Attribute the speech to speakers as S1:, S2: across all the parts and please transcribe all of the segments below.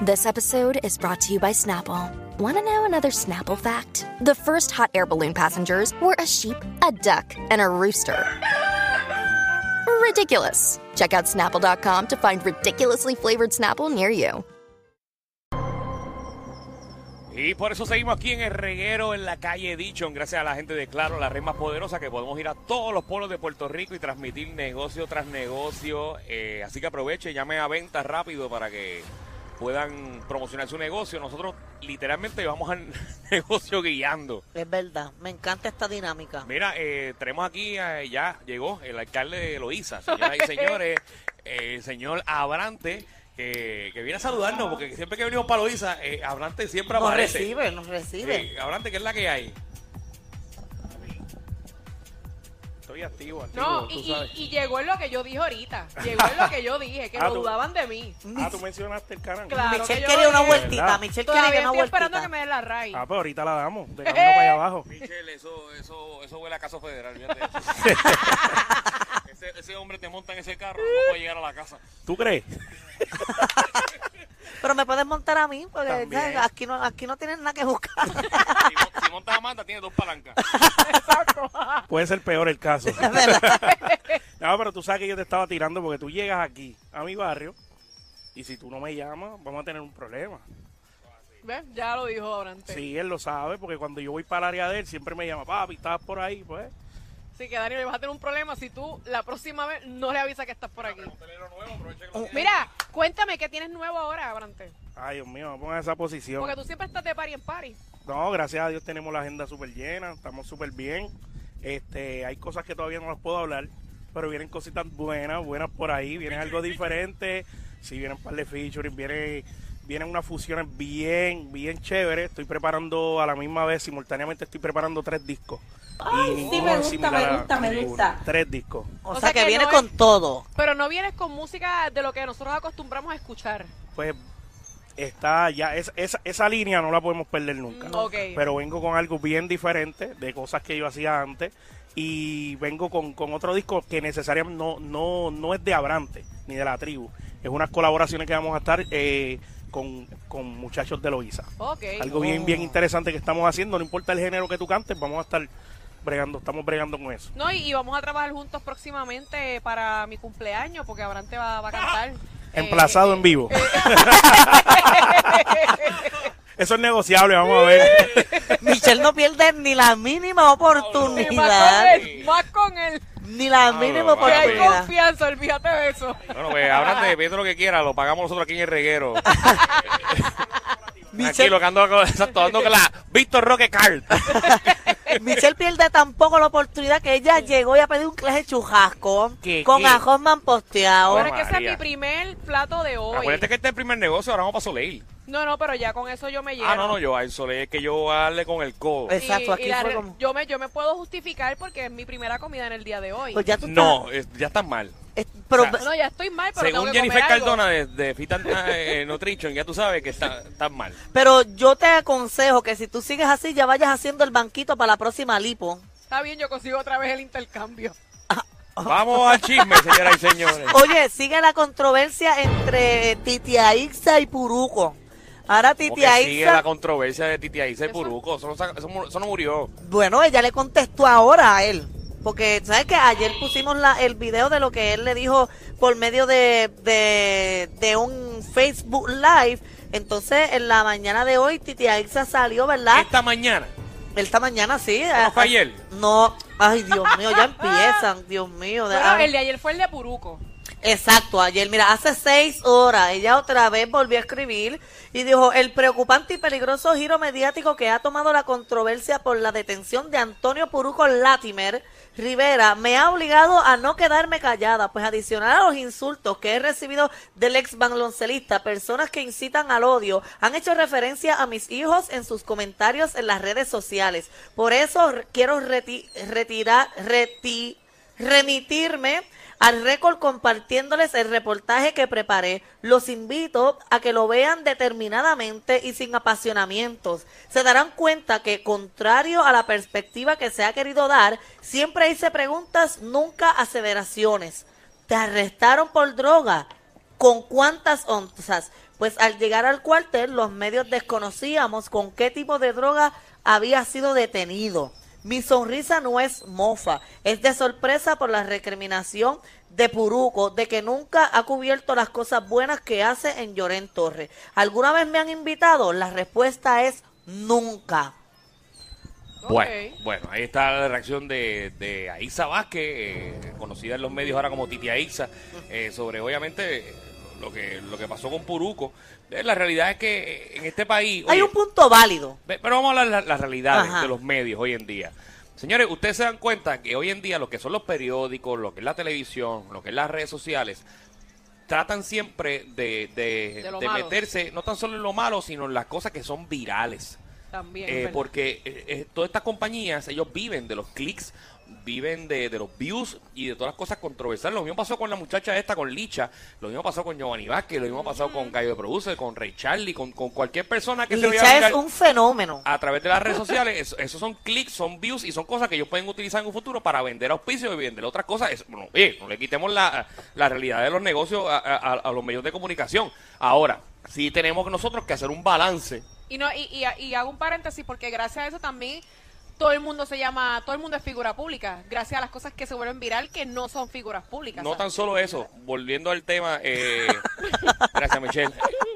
S1: This episode is brought to you by Snapple. Want to know another Snapple fact? The first hot air balloon passengers were a sheep, a duck, and a rooster. Ridiculous. Check out snapple.com to find ridiculously flavored Snapple near you.
S2: Y por eso seguimos aquí en el reguero en la calle Dichon, gracias a la gente de Claro, la red más poderosa, que podemos ir a todos los pueblos de Puerto Rico y transmitir negocio tras negocio. Eh, así que aproveche, llame a ventas rápido para que puedan promocionar su negocio. Nosotros literalmente vamos al negocio guiando.
S3: Es verdad, me encanta esta dinámica.
S2: Mira, eh, tenemos aquí, eh, ya llegó el alcalde de Loíza, señoras y señores, eh, el señor Abrante, que, que viene a saludarnos, porque siempre que venimos para Loíza, eh, Abrante siempre
S3: Nos
S2: aparece.
S3: recibe, nos recibe.
S2: Sí, Abrante, ¿qué es la que hay? Estoy activo, activo,
S4: No,
S2: tú
S4: y,
S2: sabes.
S4: y- y llegó en lo que yo dije ahorita. Llegó en lo que yo dije, que
S2: Ah,
S4: no
S2: tú-
S4: dudaban de mí.
S5: Ah, tú mencionaste el canal.
S4: Claro.
S3: Michelle
S4: que yo
S3: quería una
S4: dije.
S3: vueltita,
S5: ¿Verdad?
S3: Michelle
S4: Todavía
S3: quería una
S4: estoy esperando
S3: vueltita.
S4: que me den la raíz.
S5: Ah, pero ahorita la damos, de camino para allá abajo.
S2: Michelle, eso, eso, eso huele a caso federal. fíjate. ese, ese hombre te monta en ese carro, no puede llegar a la casa.
S5: ¿Tú crees?
S3: Pero me puedes montar a mí, porque
S5: También.
S3: ¿sabes? aquí no, aquí no tienes nada que buscar.
S2: Si, mon- si montas a Amanda, tiene dos palancas.
S5: Puede ser peor el caso.
S3: Es verdad.
S5: No, pero tú sabes que yo te estaba tirando porque tú llegas aquí, a mi barrio, y si tú no me llamas, vamos a tener un problema.
S4: ¿Ves? Ya lo dijo Abrante.
S5: Sí, él lo sabe, porque cuando yo voy para el área de él, siempre me llama, papi, estás por ahí, pues.
S4: Así que Daniel, vas a tener un problema si tú la próxima vez no le avisas que estás por aquí. Mira, cuéntame qué tienes nuevo ahora, Abrante.
S5: Ay, Dios mío, me pongan en esa posición.
S4: Porque tú siempre estás de party en party.
S5: No, gracias a Dios tenemos la agenda súper llena, estamos súper bien. Este, hay cosas que todavía no las puedo hablar, pero vienen cositas buenas, buenas por ahí, vienen algo diferente, sí, vienen un par de featuring, viene, vienen unas fusiones bien, bien chéveres. Estoy preparando a la misma vez, simultáneamente estoy preparando tres discos.
S6: Ay, sí,
S5: ninguno
S6: me
S5: es
S6: gusta,
S5: similar
S6: me
S5: a
S6: gusta, me
S5: ninguno.
S6: gusta.
S5: Tres discos.
S3: O,
S4: O
S3: sea
S4: sea
S3: que,
S4: que
S3: viene
S4: no
S3: con todo.
S4: Pero no vienes con música de lo que nosotros acostumbramos a escuchar.
S5: Pues está ya, es- esa, esa línea no la podemos perder nunca.
S4: Mm, ok.
S5: Pero vengo con algo bien diferente de cosas que yo hacía antes y vengo con, con otro disco que necesariamente no, no, no es de Abrante ni de la tribu. Es unas colaboraciones que vamos a estar eh, con, con muchachos de Loiza.
S4: Ok.
S5: Algo bien, bien interesante que estamos haciendo, no importa el género que tú cantes, vamos a estar bregando, estamos bregando con eso.
S4: No, y, y vamos a trabajar juntos próximamente para mi cumpleaños, porque Abrante va, va a cantar.
S5: Emplazado
S4: Eh,
S5: en vivo. Eso es negociable, vamos a ver.
S3: Michelle no pierde ni la mínima
S4: Y eh, más con
S3: oportunidad.
S4: él, más con él.
S3: Ni la mínima
S2: no,
S4: Que hay
S3: oportunidad.
S4: confianza, olvídate de eso.
S2: Bueno, pues Abrante, pide lo que quiera, lo pagamos nosotros aquí en el reguero. Tranquilo,
S3: Michelle,
S2: que ando, exacto, ando con la Víctor Roque Card.
S3: Michelle pierde tampoco la oportunidad que ella llegó y ha pedido un clase chujasco
S2: ¿Qué,
S3: con
S2: qué?
S3: ajos manposteado.
S4: Pero es que ese es
S2: Oh, María.
S4: mi primer plato de hoy.
S2: Acuérdate que este es el primer negocio, ahora vamos para Soleil.
S4: No, no, pero ya con eso yo me lleno.
S2: Ah, no, no, yo, al Soleil es que yo darle con el codo.
S3: Eh, Exacto, aquí
S4: la
S3: fue
S4: re-
S3: como-
S4: yo, me, yo me puedo justificar porque es mi primera comida en el día de hoy.
S3: Pues ya tú
S2: No, es- ya estás mal.
S3: estás- es- pero-
S2: O sea,
S4: no, ya estoy mal, pero
S2: Según
S4: tengo que
S2: Jennifer
S4: comer algo.
S2: Cardona de, de Fit and, eh, Nutrition, ya tú sabes que está- estás mal.
S3: Pero yo te aconsejo que si tú sigues así, ya vayas haciendo el banquito para la próxima lipo.
S4: Está bien, yo consigo otra vez el intercambio. Oh.
S2: Vamos al chisme, señoras y señores.
S3: Oye, sigue la controversia entre Titia Ixa y Puruco. Ahora
S2: Como que
S3: Titia
S2: sigue la
S3: Ixa,
S2: controversia de Titi Aiza y Puruco. Eso no, sa- eso mu- eso no murió.
S3: bueno, ella le contestó ahora a él. Porque, ¿sabes que Ayer pusimos la- el video de lo que él le dijo por medio de, de, de un Facebook Live. Entonces, en la mañana de hoy, Titia Ixa salió, ¿verdad?
S2: Esta mañana.
S3: Esta mañana sí.
S2: ¿No fue
S3: Ah,
S2: ayer?
S3: No, ay Dios mío, ya empiezan, Dios mío. de-
S4: Bueno,
S3: ah.
S4: el de ayer fue el de Puruco.
S3: Exacto, ayer, mira, hace seis horas ella otra vez volvió a escribir y dijo, el preocupante y peligroso giro mediático que ha tomado la controversia por la detención de Antonio Puruco Latimer Rivera me ha obligado a no quedarme callada, pues adicional a los insultos que he recibido del ex baloncelista, personas que incitan al odio han hecho referencia a mis hijos en sus comentarios en las redes sociales. Por eso quiero reti- retirar, reti- remitirme al récord compartiéndoles el reportaje que preparé. Los invito a que lo vean determinadamente y sin apasionamientos. Se darán cuenta que, contrario a la perspectiva que se ha querido dar, siempre hice preguntas, nunca aseveraciones. ¿Te arrestaron por droga? ¿Con cuántas onzas? Pues al llegar al cuartel, los medios desconocíamos con qué tipo de droga había sido detenido. Mi sonrisa no es mofa, es de sorpresa por la recriminación de Puruco, de que nunca ha cubierto las cosas buenas que hace en Llorén Torres. ¿Alguna vez me han invitado? La respuesta es nunca.
S2: Bueno, bueno, ahí está la reacción de, de Aiza Vázquez, eh, conocida en los medios ahora como Titi Aiza, eh, sobre obviamente eh, lo que, lo que pasó con Puruco. Eh, la realidad es que eh, en este país...
S3: Hay
S2: oye,
S3: un punto válido.
S2: Ve- Pero vamos a hablar la- las realidades
S3: Ajá.
S2: de los medios hoy en día. Señores, ustedes se dan cuenta que hoy en día lo que son los periódicos, lo que es la televisión, lo que es las redes sociales, tratan siempre de, de-
S4: De lo
S2: de
S4: malo.
S2: meterse no tan solo en lo malo, sino en las cosas que son virales.
S4: También.
S2: Eh,
S4: ¿verdad?
S2: porque eh, eh, todas estas compañías, ellos viven de los clics, viven de, de los views y de todas las cosas controversiales. Lo mismo pasó con la muchacha esta, con Licha, lo mismo pasó con Giovanni Vázquez, lo mismo pasó con Gallo de Producer, con Ray Charlie, con, con cualquier persona que se vea
S3: Licha es
S2: viral
S3: un fenómeno.
S2: a través de las redes sociales, eso- esos son clics, son views y son cosas que ellos pueden utilizar en un futuro para vender auspicios y vender otras cosas. Es, bueno, oye, no le quitemos la, la realidad de los negocios a, a- a los medios de comunicación. Ahora, sí tenemos nosotros que hacer un balance.
S4: Y, no, y, y, y hago un paréntesis porque gracias a eso también todo el mundo se llama, todo el mundo es figura pública, gracias a las cosas que se vuelven viral que no son figuras públicas.
S2: No
S4: ¿sabes?
S2: tan solo eso, volviendo al tema, eh, gracias Michelle,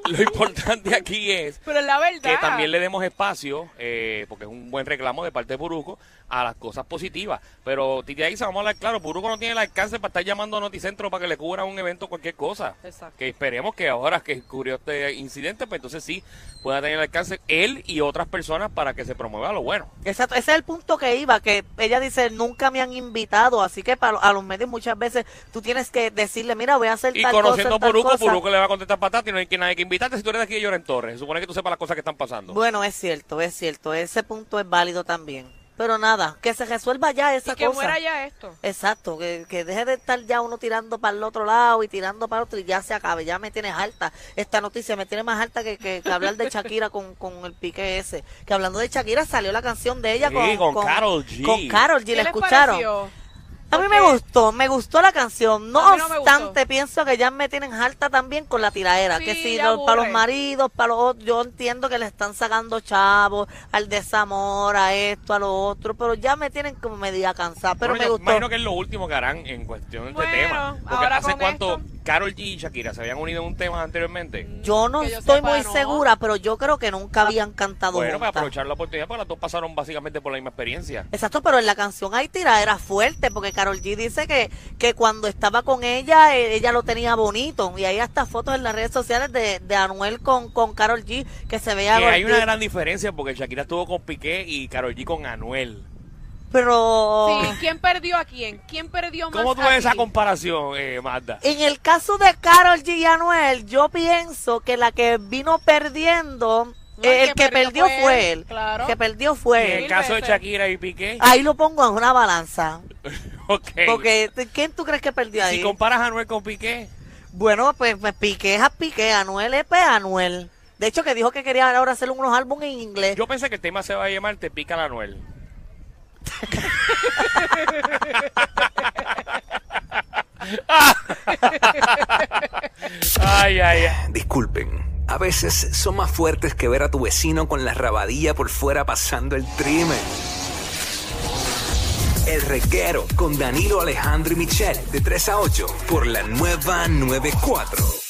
S2: lo importante aquí es
S4: Pero es la verdad.
S2: que también le demos espacio, eh, porque es un buen reclamo de parte de Puruco, a las cosas positivas. Pero Titi Aiza, vamos a hablar claro, Puruco no tiene el alcance para estar llamando a Noticentro para que le cubra un evento o cualquier cosa.
S4: Exacto.
S2: Que esperemos que ahora que cubrió este incidente, pues entonces sí pueda tener el alcance él y otras personas para que se promueva lo bueno.
S3: Exacto, ese es el punto que iba, que ella dice, nunca me han invitado, así que para, a los medios muchas veces tú tienes que decirle, mira, voy a hacer
S2: Y
S3: tal
S2: conociendo
S3: cosa,
S2: a
S3: tal
S2: Puruco,
S3: cosa".
S2: Puruco le va a contestar patata y no hay que nadie que invitarte si tú eres de aquí de Lloren Torres. Se supone que tú sepas las cosas que están pasando.
S3: Bueno, es cierto, es cierto, ese punto es válido también. Pero nada, que se resuelva ya esa
S4: Y que
S3: cosa.
S4: muera ya esto.
S3: Exacto, que, que deje de estar ya uno tirando para el otro lado y tirando para otro y ya se acabe, ya me tienes alta. Esta noticia me tiene más alta que, que- que hablar de Shakira con, con el pique ese. Que hablando de Shakira salió la canción de ella
S2: Sí,
S3: con,
S2: con Karol G.
S3: Con Karol G,
S4: ¿Qué
S3: ¿la
S4: les
S3: escucharon?
S4: pareció?
S3: A mí me
S4: Porque-
S3: gustó, me gustó la canción. No
S4: A mí no me
S3: obstante,
S4: gustó.
S3: pienso que ya me tienen harta también con la tiraera.
S4: Sí,
S3: que si
S4: ya
S3: lo- para los
S4: aburre.
S3: maridos, para los otros, yo entiendo que le están sacando chavos al desamor, a esto, a lo otro, pero ya me tienen como media cansada. Pero
S2: Bueno,
S3: me
S2: yo
S3: gustó.
S2: imagino que es lo último que harán en cuestión de
S4: Bueno,
S2: este tema. Porque
S4: ahora
S2: hace
S4: con
S2: cuánto
S4: esto.
S2: Carol G y Shakira se habían unido en un tema anteriormente.
S3: Yo no
S4: Que yo
S3: estoy
S4: sepa,
S3: muy
S4: no.
S3: segura, pero yo creo que nunca habían cantado
S2: Ah, Bueno, pues, para
S3: juntas.
S2: aprovechar la oportunidad, porque las dos pasaron básicamente por la misma experiencia.
S3: Exacto, pero en la canción hay tiradera fuerte, porque Carol G dice que, que cuando estaba con ella, eh, ella lo tenía bonito. Y hay hasta fotos en las redes sociales de, de Anuel con, con Carol G, que se veía
S2: Que hay una
S3: gordita.
S2: gran diferencia porque Shakira estuvo con Piqué y Carol G con Anuel.
S3: Pero
S4: Sí, ¿quién perdió a quién? ¿Quién perdió más
S2: ¿Cómo tú
S4: a
S2: ves esa
S4: quién?
S2: comparación, eh, Magda?
S3: en el caso de Carol G y Anuel, yo pienso que la que vino perdiendo,
S4: No,
S3: eh, el, que, perdió fue él.
S4: claro.
S3: El que perdió fue
S2: En el
S3: él.
S4: mil
S2: caso de
S4: veces.
S2: Shakira y Piqué,
S3: Ahí lo pongo en una balanza.
S2: ok.
S3: Ah, Porque, ¿quién tú crees que perdió ahí?
S2: Si comparas a Anuel con Piqué,
S3: Bueno, pues, pues Piqué es a Piqué, Anuel es pues, Anuel. De hecho, que dijo que quería ahora hacer unos álbumes en inglés.
S2: yo pensé que el tema se va a llamar Te pica la Anuel. ay, ay, ay.
S6: Disculpen, a veces son más fuertes que ver a tu vecino con la rabadilla por fuera pasando el trimen. El reguero con Danilo Alejandro y Michel de 3 a 8 por la nueva 94.